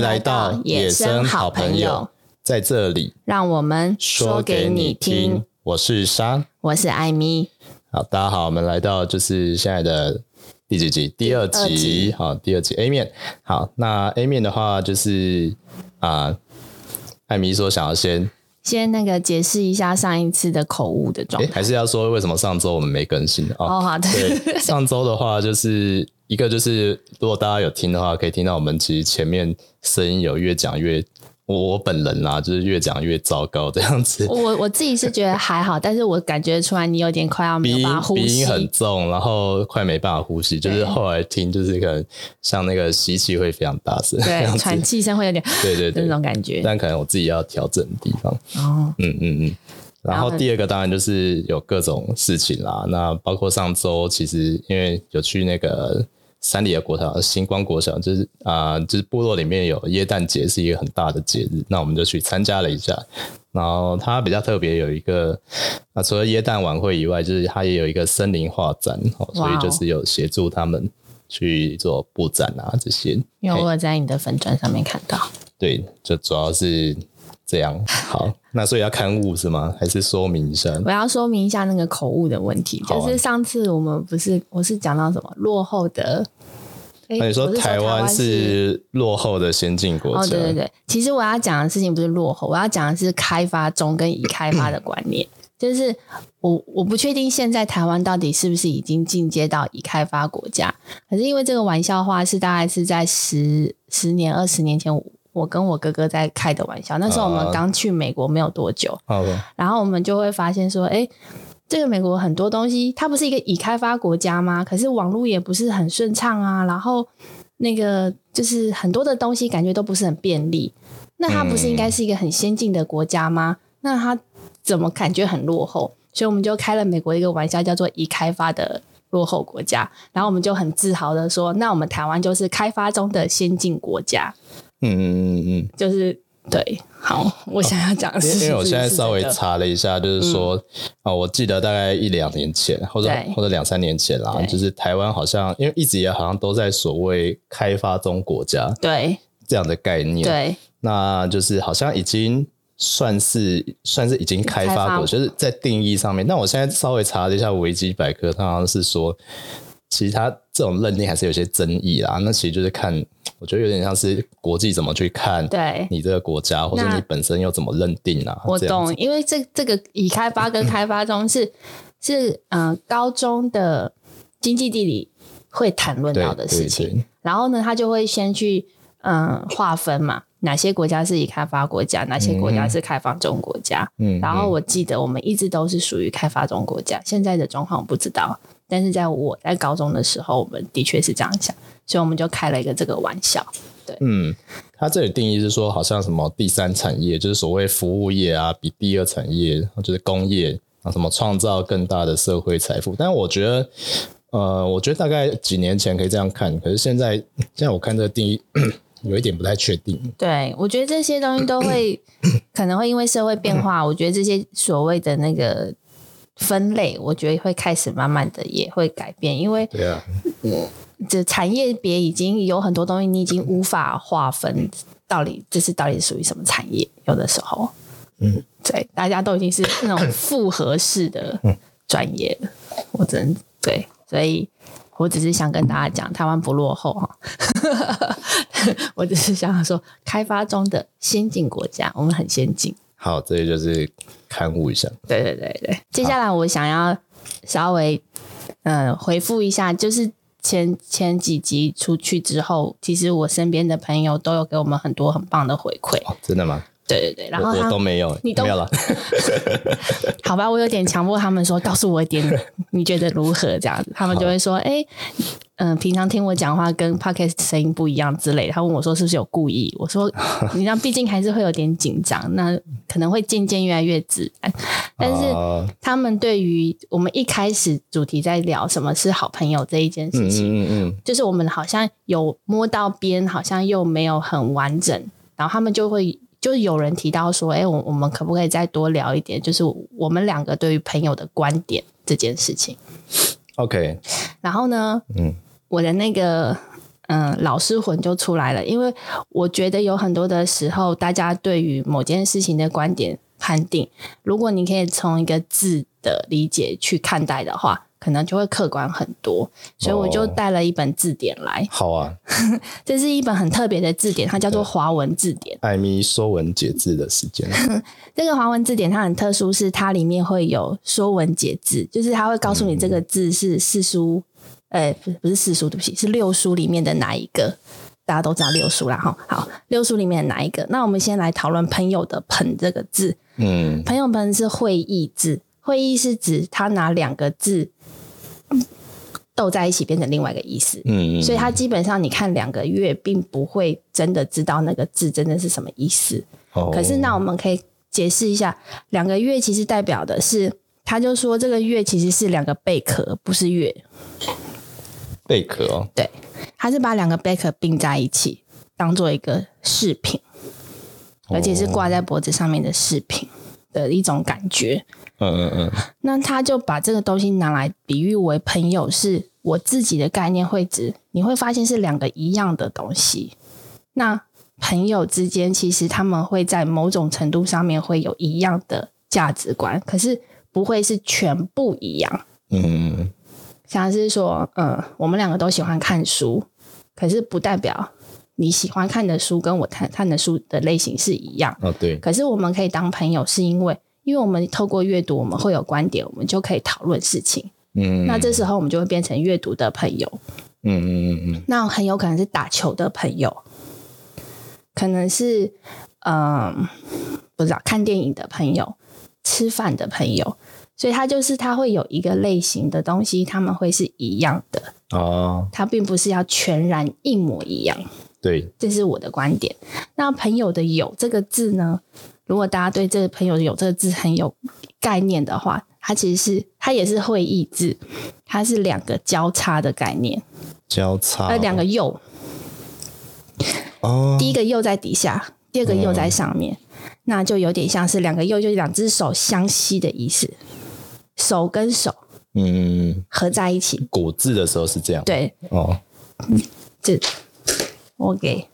来到野生好朋友，在这里让我们说给你听。我是莎，我是艾米。好，大家好，我们来到就是现在的第几集？第二第二集集。好，第二集 A 面。好，那 A 面的话就是啊、艾米说想要先，先那个解释一下上一次的口误的状诶，态。还是要说为什么上周我们没更新哦？哦，好的，对，上周的话就是一个就是，如果大家有听的话，可以听到我们其实前面声音有越讲越，我我本人啦、就是越讲越糟糕这样子， 我我自己是觉得还好，但是我感觉出来你有点快要没鼻有音办法呼鼻吸音，很重，然后快没办法呼吸，就是对后来听就是可能像那个吸气会非常大声， 这样对，子喘气声会有点对对那对，种感觉。但可能我自己要调整的地方，哦，嗯嗯嗯。然然后后第二个当然就是有各种事情啦，那包括上周其实因为有去那个山里的国小、呃星光国小，就是啊、呃就是部落里面有耶诞节是一个很大的节日，那我们就去参加了一下。然后它比较特别有一个，啊，除了耶诞晚会以外，就是它也有一个森林画展，哦，所以哇哦就是有协助他们去做布展啊这些。因为嘿我有在你的粉砖上面看到，对，就主要是这样。好，那所以要刊物是吗？还是说明一下？我要说明一下那个口误的问题，好啊就是上次我们不是我是讲到什么落后的，诶哦那你说哎我是台湾是。是落后的先进国哦，家？对对对，其实我要讲的事情不是落后，我要讲的是开发中跟已开发的观念。就是我我不确定现在台湾到底是不是已经进阶到已开发国家，可是因为这个玩笑话是大概是在十十年二十年前，我跟我哥哥在开的玩笑。那时候我啊们刚去美国没有多久，好的，然后我们就会发现说，哎，这个美国很多东西，它不是一个已开发国家吗？可是网络也不是很顺畅啊，然后那个就是很多的东西感觉都不是很便利。那它不是应该是一个很先进的国家吗？那它怎么感觉很落后？所以我们就开了美国一个玩笑，叫做已开发的落后国家。然后我们就很自豪的说，那我们台湾就是开发中的先进国家，嗯嗯嗯嗯。就是对。好，我想要讲的因 是、为因为我现在是这稍微个查了一下，就是说，啊、我记得大概一两年前，或者对或者两三年前啦，对就是台湾好像因为一直也好像都在所谓开发中国家对这样的概念，对，那就是好像已经算是算是已经开发开发过，就是在定义上面。那我现在稍微查了一下维基百科，它好像是说，其实它这种认定还是有些争议啦。那其实就是看，我觉得有点像是国际怎么去看对，你这个国家，或者那你本身又怎么认定啊？我这样子懂，因为这这个已开发跟开发中是是嗯、呃高中的经济地理会谈论对到的事情，对对然后呢，他就会先去嗯、呃划分嘛，哪些国家是已开发国家，哪些国家是开放中国家。嗯，然后嗯我记得我们一直都是属于开发中国家，现在的状况我不知道，但是在我在高中的时候，我们的确是这样想，所以我们就开了一个这个玩笑。嗯，它这里定义是说，好像什么第三产业，就是所谓服务业啊，比第二产业就是工业啊，什么创造更大的社会财富。但我觉得，呃，我觉得大概几年前可以这样看，可是现在现在我看这个定义有一点不太确定。对，我觉得这些东西都会可能会因为社会变化，我觉得这些所谓的那个分类，我觉得会开始慢慢的也会改变，因为对啊，这产业别已经有很多东西你已经无法划分，到底这是到底属于什么产业，有的时候，嗯，对，大家都已经是那种复合式的专业了，我只能对，所以。我只是想跟大家讲，台湾不落后 哈。我只是想说，开发中的先进国家，我们很先进。好，这里就是刊物一下。对对对对。接下来我想要稍微嗯、呃回复一下，就是前前几集出去之后，其实我身边的朋友都有给我们很多很棒的回馈。哦真的吗？对对对，然我后我他都没有，你都 没有了。好吧，我有点强迫他们说，告诉我 一点你觉得如何这样子，他们就会说，哎、嗯、平常听我讲话跟 podcast 声音不一样之类的。他问我说是不是有故意？我 说，你知道，毕竟还是会有点紧张，那可能会渐渐越来越自然。但是啊他们对于我们一开始主题在聊什么是好朋友这一件嗯事情，嗯嗯就是我们好像有摸到边，好像又没有很完整，然后他们就会就是有人提到说，哎、我我们可不可以再多聊一点，就是我们两个对于朋友的观点这件事情。 ，OK，然后呢，嗯我的那个嗯，老师魂就出来了。因为我觉得有很多的时候，大家对于某件事情的观点判定，如果你可以从一个字的理解去看待的话，可能就会客观很多。所以我就哦带了一本字典来，好啊，这是一本很特别的字典，它叫做华文字典。艾米说文解字的时间，这个华文字典它很特殊，是它里面会有说文解字，就是它会告诉你这个字是四书，呃，不是不是四书，对不起，是六书里面的哪一个。大家都知道六书啦，哈，好，六书里面的哪一个？那我们先来讨论“朋友”的“朋”这个字，“嗯，朋友”“朋”是会意字，会意是指它拿两个字嗯斗在一起变成另外一个意思。嗯，所以它基本上你看两个月，并不会真的知道那个字真的是什么意思。哦可是那我们可以解释一下，两个月其实代表的是，他就说这个月其实是两个贝壳，不是月，贝壳哦，对，他是把两个贝壳并在一起，当做一个饰品，而且是挂在脖子上面的饰品的一种感觉。嗯嗯嗯，那他就把这个东西拿来比喻为朋友，是我自己的概念会指，你会发现是两个一样的东西。那朋友之间，其实他们会在某种程度上面会有一样的价值观，可是不会是全部一样。嗯嗯像是说，嗯，我们两个都喜欢看书，可是不代表你喜欢看的书跟我看看的书的类型是一样。哦对，可是我们可以当朋友，是因为因为我们透过阅读，我们会有观点，我们就可以讨论事情。嗯，那这时候我们就会变成阅读的朋友，嗯嗯嗯嗯，那很有可能是打球的朋友，可能是嗯，不知道看电影的朋友，吃饭的朋友。所以它就是它会有一个类型的东西，他们会是一样的，哦它并不是要全然一模一样。对，这是我的观点。那朋友的“友”这个字呢，如果大家对这个“朋友的“友”这个字很有概念的话，它其实是它也是会意字，它是两个交叉的概念，交叉呃，两个“又哦”，第一个“又”在底下，第二个“又”在上面，嗯那就有点像是两个“又”，就两只手相吸的意思，手跟手嗯，嗯合在一起。古字的时候是这样，对，哦，这我给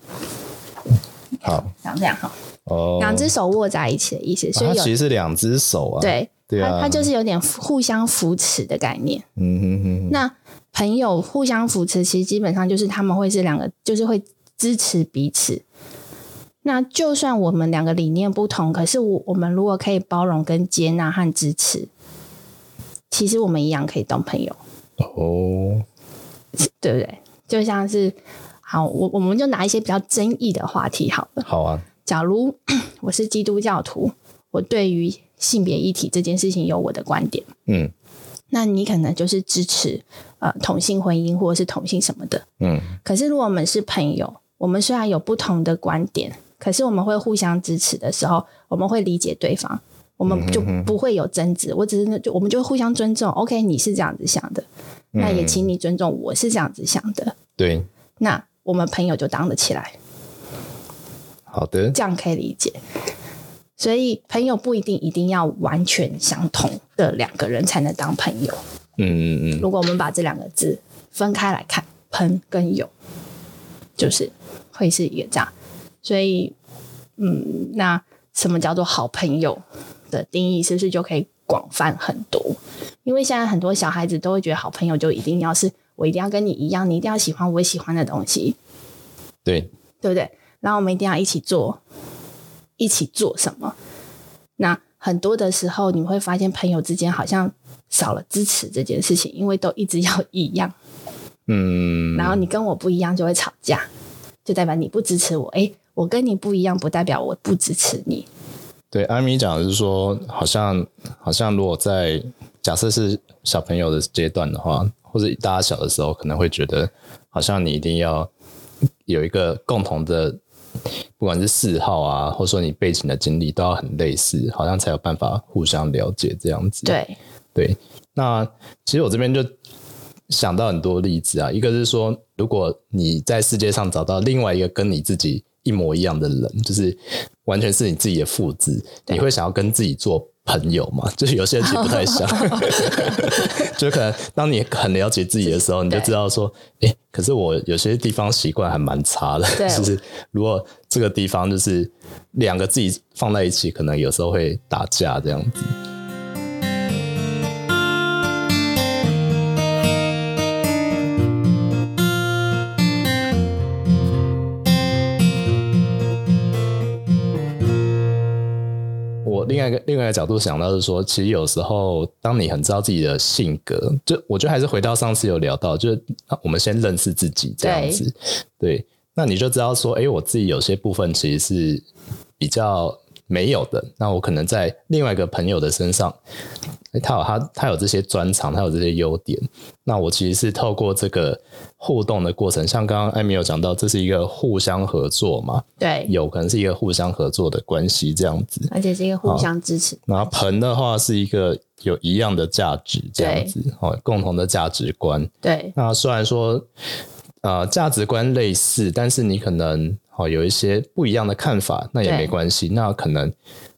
好像这样哈，哦，两只手握在一起的意思，所啊以它有其实是两只手啊，，对，对啊它它就是有点互相扶持的概念。嗯嗯嗯嗯，那朋友互相扶持，其实基本上就是他们会是两个，就是会支持彼此。那就算我们两个理念不同，可是我我们如果可以包容、跟接纳和支持，其实我们一样可以当朋友，哦，对不对？就像是好，我我们就拿一些比较争议的话题好了。好啊，假如 我是基督教徒，我对于性别议题这件事情有我的观点。嗯那你可能就是支持呃同性婚姻或者是同性什么的。嗯，可是如果我们是朋友，我们虽然有不同的观点，可是我们会互相支持的时候，我们会理解对方，我们就不会有争执。我只是就我们就互相尊重。OK，你是这样子想的，那嗯也请你尊重我是这样子想的。对，那我们朋友就当得起来，好的，这样可以理解。所以朋友不一定一定要完全相同的两个人才能当朋友。嗯嗯嗯，如果我们把这两个字分开来看，喷跟有，就是会是一个这样。所以，嗯，那什么叫做好朋友的定义，是不是就可以广泛很多？因为现在很多小孩子都会觉得好朋友就一定要是我一定要跟你一样，你一定要喜欢我喜欢的东西，对，对不对？然后我们一定要一起做，一起做什么？那很多的时候，你会发现朋友之间好像少了支持这件事情，因为都一直要 一样，嗯，然后你跟我不一样就会吵架，就代表你不支持我。诶，我跟你不一样，不代表我不支持你。对，艾米讲的是说，好像好像如果在假设是小朋友的阶段的话，或者大家小的时候，可能会觉得好像你一定要有一个共同的，不管是嗜好啊，或者说你背景的经历都要很类似，好像才有办法互相了解这样子。对，对，那其实我这边就想到很多例子啊，一个是说，如果你在世界上找到另外一个跟你自己一模一样的人，就是完全是你自己的复制，你会想要跟自己做。朋友嘛， 就是有些人其实不太想，就可能当你很了解自己的时候，你就知道说，诶，可是我有些地方习惯还蛮差的，对 就是如果这个地方就是两个自己放在一起，可能有时候会打架这样子。我另外一个另外一个角度想到是说，其实有时候当你很知道自己的性格，就我觉得还是回到上次有聊到，就是啊我们先认识自己这样子，对，那你就知道说，哎、我自己有些部分其实是比较没有的，那我可能在另外一个朋友的身上，诶他有他他有这些专长，他有这些优点，那我其实是透过这个互动的过程，像刚刚艾米有讲到，这是一个互相合作嘛，对，有可能是一个互相合作的关系这样子，而且是一个互相支持。然后盆的话是一个有一样的价值这样子哦，共同的价值观。对那虽然说呃价值观类似，但是你可能哦有一些不一样的看法，那也对没关系。那可能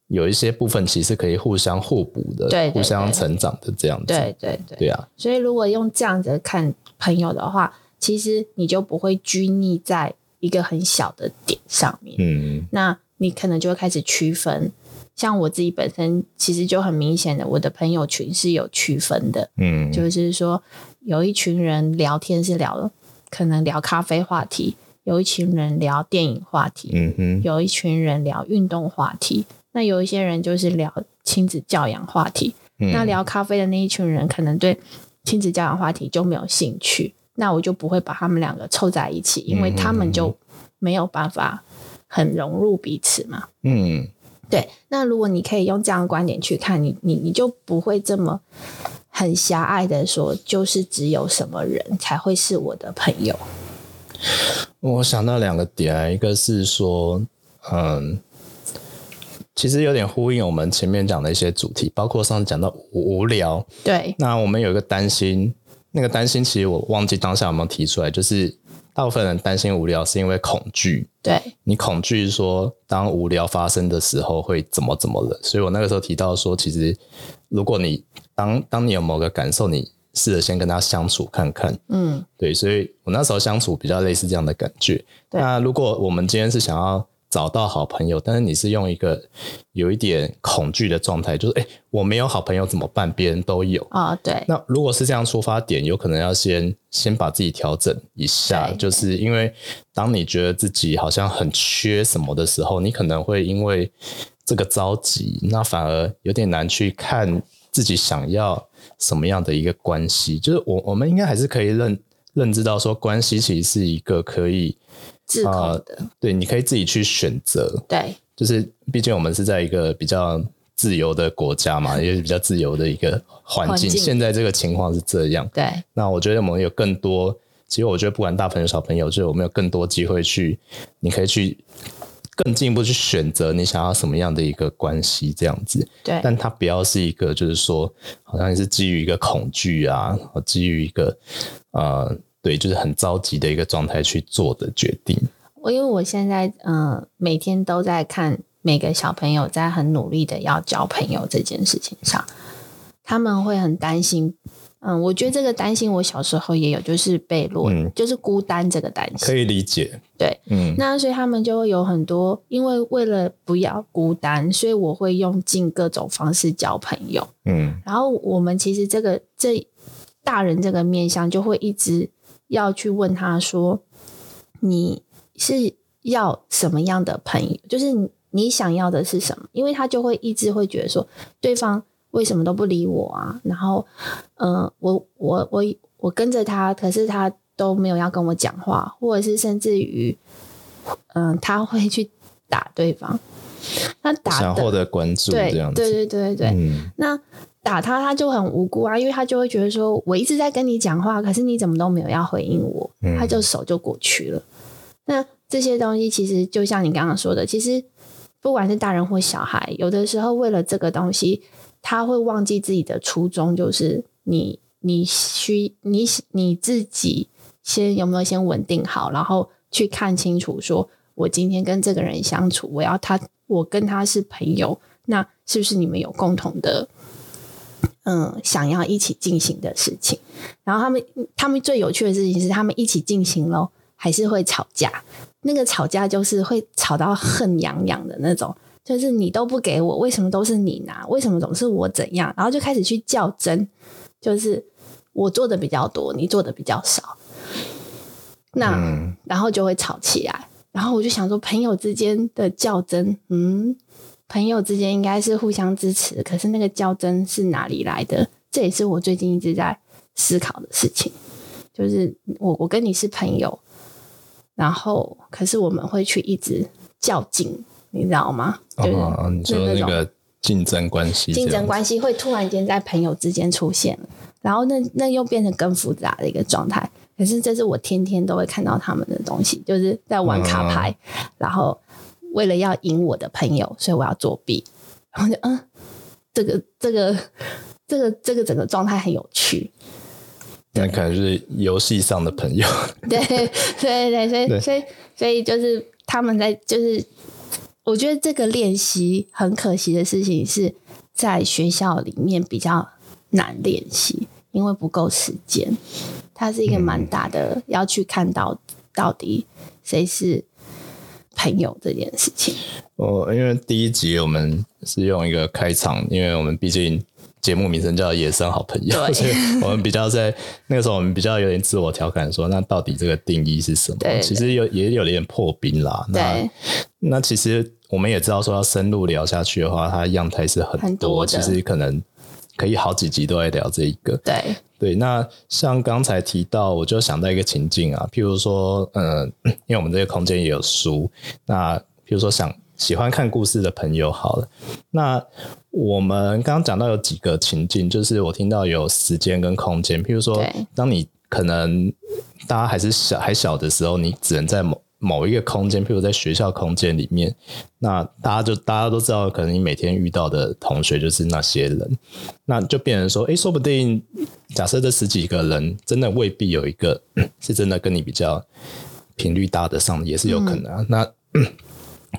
有一些部分其实可以互相互补的，对对互相成长的这样子。对对对。对啊，所以如果用这样子看朋友的话，其实你就不会拘泥在一个很小的点上面。嗯那你可能就会开始区分。像我自己本身其实就很明显的，我的朋友群是有区分的，嗯，就是说有一群人聊天是聊可能聊咖啡话题，有一群人聊电影话题，嗯哼，有一群人聊运动话题，那有一些人就是聊亲子教养话题。嗯那聊咖啡的那一群人可能对亲子教养话题就没有兴趣，那我就不会把他们两个凑在一起，因为他们就没有办法很融入彼此嘛。嗯对，那如果你可以用这样的观点去看，你你你就不会这么很狭隘的说，就是只有什么人才会是我的朋友。嗯我想到两个点，啊一个是说，嗯，其实有点呼应我们前面讲的一些主题，包括上次讲到无无聊。对那我们有一个担心，那个担心其实我忘记当下有没有提出来，就是大部分人担心无聊是因为恐惧，对你恐惧说当无聊发生的时候会怎么怎么了。所以我那个时候提到说，其实如果你当当你有某个感受，你试着先跟他相处看看，嗯，对，所以我那时候相处比较类似这样的感觉。对那如果我们今天是想要找到好朋友，但是你是用一个有一点恐惧的状态，就是哎、诶我没有好朋友怎么办？别人都有。哦，对那如果是这样出发点，有可能要先先把自己调整一下，对就是因为当你觉得自己好像很缺什么的时候，你可能会因为这个着急，那反而有点难去看自己想要什么样的一个关系。就是我我们应该还是可以认认知到说，关系其实是一个可以呃自控的，对，你可以自己去选择，对就是毕竟我们是在一个比较自由的国家嘛，也是比较自由的一个环环境。境现在这个情况是这样，对那我觉得我们有更多，其实我觉得不管大朋友小朋友，就是我们有更多机会去，你可以去更进一步去选择你想要什么样的一个关系这样子。对但它不要是一个，就是说，好像你是基于一个恐惧啊，基于一个呃，对，就是很着急的一个状态去做的决定。我因为我现在嗯、呃每天都在看每个小朋友在很努力的要交朋友这件事情上，他们会很担心。嗯，我觉得这个担心我小时候也有，就是被落，嗯就是孤单这个担心。可以理解，对，嗯，那所以他们就会有很多，因为为了不要孤单，所以我会用尽各种方式交朋友。嗯然后我们其实这个这大人这个面向，就会一直要去问他说，你是要什么样的朋友？就是你你想要的是什么？因为他就会一直会觉得说，对方为什么都不理我啊？然后，嗯、我我我我跟着他，可是他都没有要跟我讲话，或者是甚至于，嗯、他会去打对方。那打想获的得关注对这对样子，对对对对，嗯那打他，他就很无辜啊，因为他就会觉得说，我一直在跟你讲话，可是你怎么都没有要回应我，嗯他就手就过去了。那这些东西其实就像你刚刚说的，其实不管是大人或小孩，有的时候为了这个东西，他会忘记自己的初衷，就是你你需你你自己先有没有先稳定好，然后去看清楚说。我今天跟这个人相处，我要他，我跟他是朋友，那是不是你们有共同的嗯想要一起进行的事情。然后他们他们最有趣的事情是，他们一起进行喽，还是会吵架。那个吵架就是会吵到恨洋洋的那种，就是你都不给我，为什么都是你拿？为什么总是我怎样？然后就开始去较真，就是我做的比较多，你做的比较少。那、嗯然后就会吵起来。然后我就想说，朋友之间的较真，嗯，朋友之间应该是互相支持，可是那个较真是哪里来的？这也是我最近一直在思考的事情，就是我我跟你是朋友，然后可是我们会去一直较劲，你知道吗？就是哦，你说那那种个竞争关系这竞样子，争关系会突然间在朋友之间出现了，然后那那又变成更复杂的一个状态。可是这是我天天都会看到他们的东西，就是在玩嗯卡牌，然后为了要赢我的朋友，所以我要作弊，然后就嗯，这个这个这个这个整个状态很有趣，那可能是游戏上的 朋友，对对对，所以对所以所以就是他们在就是，我觉得这个练习很可惜的事情是在学校里面比较难练习，因为不够时间。它是一嗯个蛮大的、要去看到到底谁是朋友这件事情。哦，因为第一集我们是用一个开场，因为我们毕竟节目名称叫《野生好朋友对》， 所以我们比较在那个时候，我们比较有点自我调侃说，那到底这个定义是什么？对其实有也有点破冰啦。那对那其实我们也知道，说要深入聊下去的话，它样态是很多，很多的其实可能可以好几集都在聊这一个。对对，那像刚才提到，我就想到一个情境啊，譬如说，嗯，因为我们这个空间也有书，那譬如说想喜欢看故事的朋友好了，那我们刚刚讲到有几个情境，就是我听到有时间跟空间，譬如说对，当你可能大家还是小还小的时候，你只能在某某一个空间，譬如在学校空间里面，那大家就大家都知道，可能你每天遇到的同学就是那些人，那就变成说，诶，说不定假设这十几个人真的未必有一个 是真的跟你比较频率搭得上的，也是有可能啊。嗯那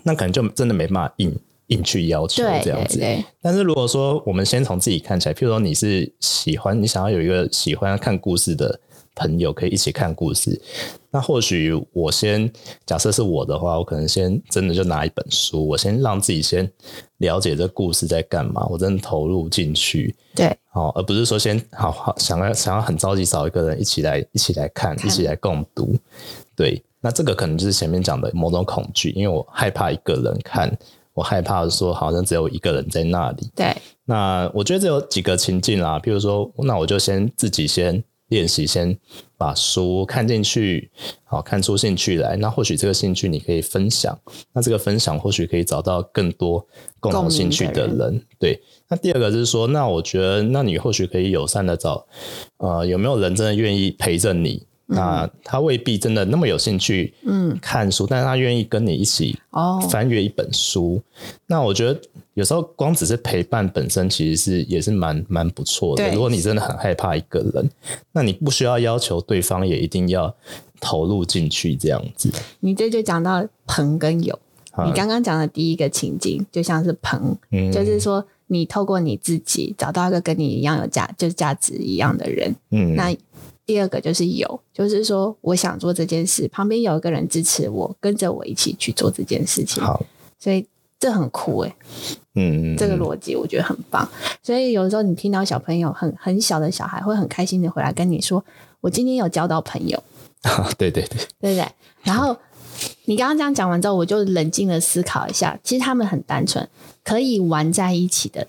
那可能就真的没办法硬硬去要求对这样子。对对但是如果说我们先从自己看起来，譬如说你是喜欢你想要有一个喜欢看故事的朋友，可以一起看故事，那或许我先假设是我的话，我可能先真的就拿一本书，我先让自己先了解这故事在干嘛，我真的投入进去。对哦，而不是说先好好想要想要很着急找一个人一起来一起来看，看一起来共读。对，那这个可能就是前面讲的某种恐惧，因为我害怕一个人看，我害怕说好像只有一个人在那里。对那我觉得这有几个情境啦，譬如说，那我就先自己先练习，先把书看进去，好看出兴趣来。那或许这个兴趣你可以分享，那这个分享或许可以找到更多共同兴趣的共鸣人。对，那第二个就是说，那我觉得，那你或许可以友善的找，呃，有没有人真的愿意陪着你？那他未必真的那么有兴趣，嗯，看书，但是他愿意跟你一起哦，翻阅一本书。那我觉得有时候光只是陪伴本身，其实是也是蛮蛮不错的。对如果你真的很害怕一个人，那你不需要要求对方也一定要投入进去这样子。你这就讲到朋跟友。啊你刚刚讲的第一个情境，就像是朋，嗯就是说你透过你自己找到一个跟你一样有价，就是价值一样的人。嗯，那第二个就是有，就是说我想做这件事，旁边有一个人支持我，跟着我一起去做这件事情。好，所以这很酷诶、嗯，这个嗯逻辑我觉得很棒。所以有时候你听到小朋友很很小的小孩会很开心的回来跟你说：“我今天有交到朋友。”对对对，对不对？然后你刚刚这样讲完之后，我就冷静的思考一下，其实他们很单纯，可以玩在一起的，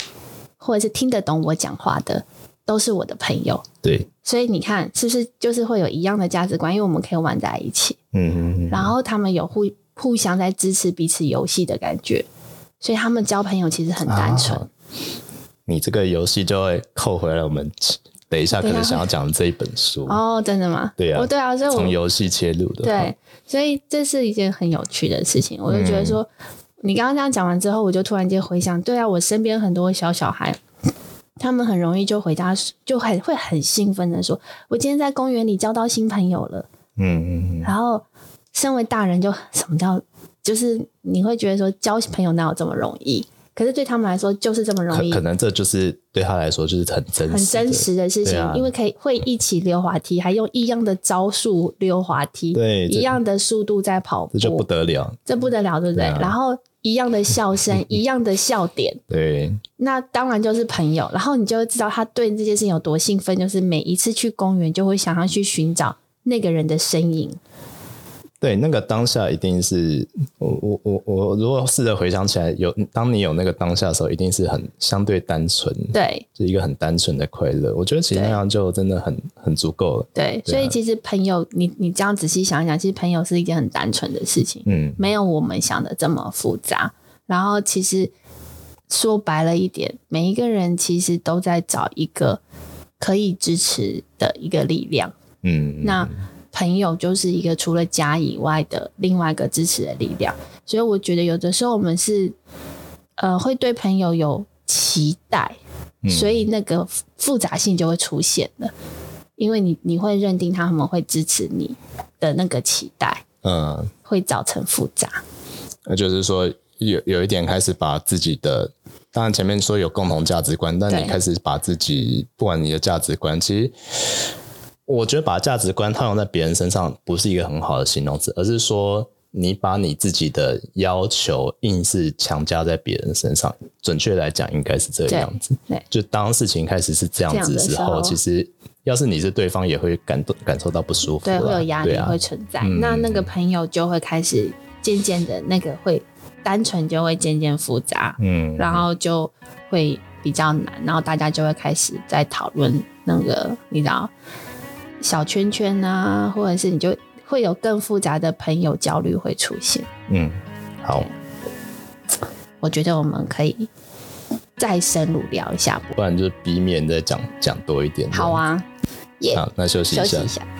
或者是听得懂我讲话的，都是我的朋友。对，所以你看，是不是就是会有一样的价值观？因为我们可以玩在一起，嗯嗯嗯，然后他们有互互相在支持彼此游戏的感觉，所以他们交朋友其实很单纯。啊你这个游戏就会扣回来我们。等一下，可等能一下想要讲的这一本书，哦，真的吗？对啊哦，对啊，所以我从游戏切入的，，对，所以这是一件很有趣的事情。我嗯就觉得说，你刚刚这样讲完之后，我就突然间回想，对啊，我身边很多小小孩，他们很容易就回答，就很会很兴奋的说：“我今天在公园里交到新朋友了。嗯嗯”嗯，然后，身为大人就什么叫，就是你会觉得说交朋友哪有这么容易？可是对他们来说就是这么容可易可，能这就是对他来说就是很真实的很真实的事情，对啊因为可以会一起溜滑梯，还用一样的招数溜滑梯，对这一样的速度在跑步，这就不得了。这不得了，对不对？对啊然后一样的笑 声，一样的笑点，对，那当然就是朋友。然后你就会知道他对这件事情有多兴奋，就是每一次去公园就会想要去寻找那个人的身影。对，那个当下一定是我我我我，如果试着回想起来，有当你有那个当下的时候，一定是很相对单纯，对就一个很单纯的快乐。我觉得其实那对样就真的很很足够了。对，对啊所以其实朋友，你你这样仔细想一想，其实朋友是一件很单纯的事情。嗯，没有我们想的这么复杂。然后其实说白了一点，每一个人其实都在找一个可以支持的一个力量。嗯，那朋友就是一个除了家以外的另外一个支持的力量。所以我觉得有的时候我们是呃会对朋友有期待，嗯所以那个复复杂性就会出现了。因为你你会认定他们会支持你的那个期待，嗯，会造成复杂。那就是说有有一点开始把自己的，当然前面说有共同价值观，但对你开始把自己，不管你的价值观，其实我觉得把价值观套用在别人身上不是一个很好的形容词，而是说你把你自己的要求硬是强加在别人身上，准确来讲应该是这个对样子。对就当事情开始是这样子的时这样候，的时候其实要是你是对方，也会感动感受到不舒服啦，对，会有压力对啊嗯会存在。那那个朋友就会开始渐渐的那个会单纯就会渐渐复杂，嗯，然后就会比较难，然后大家就会开始在讨论那个你知道小圈圈啊，或者是你就会有更复杂的朋友焦虑会出现。嗯，好。我觉得我们可以再深入聊一下，不然就避免再讲讲多一点。好，啊，耶、好，那休息休一息下一。下。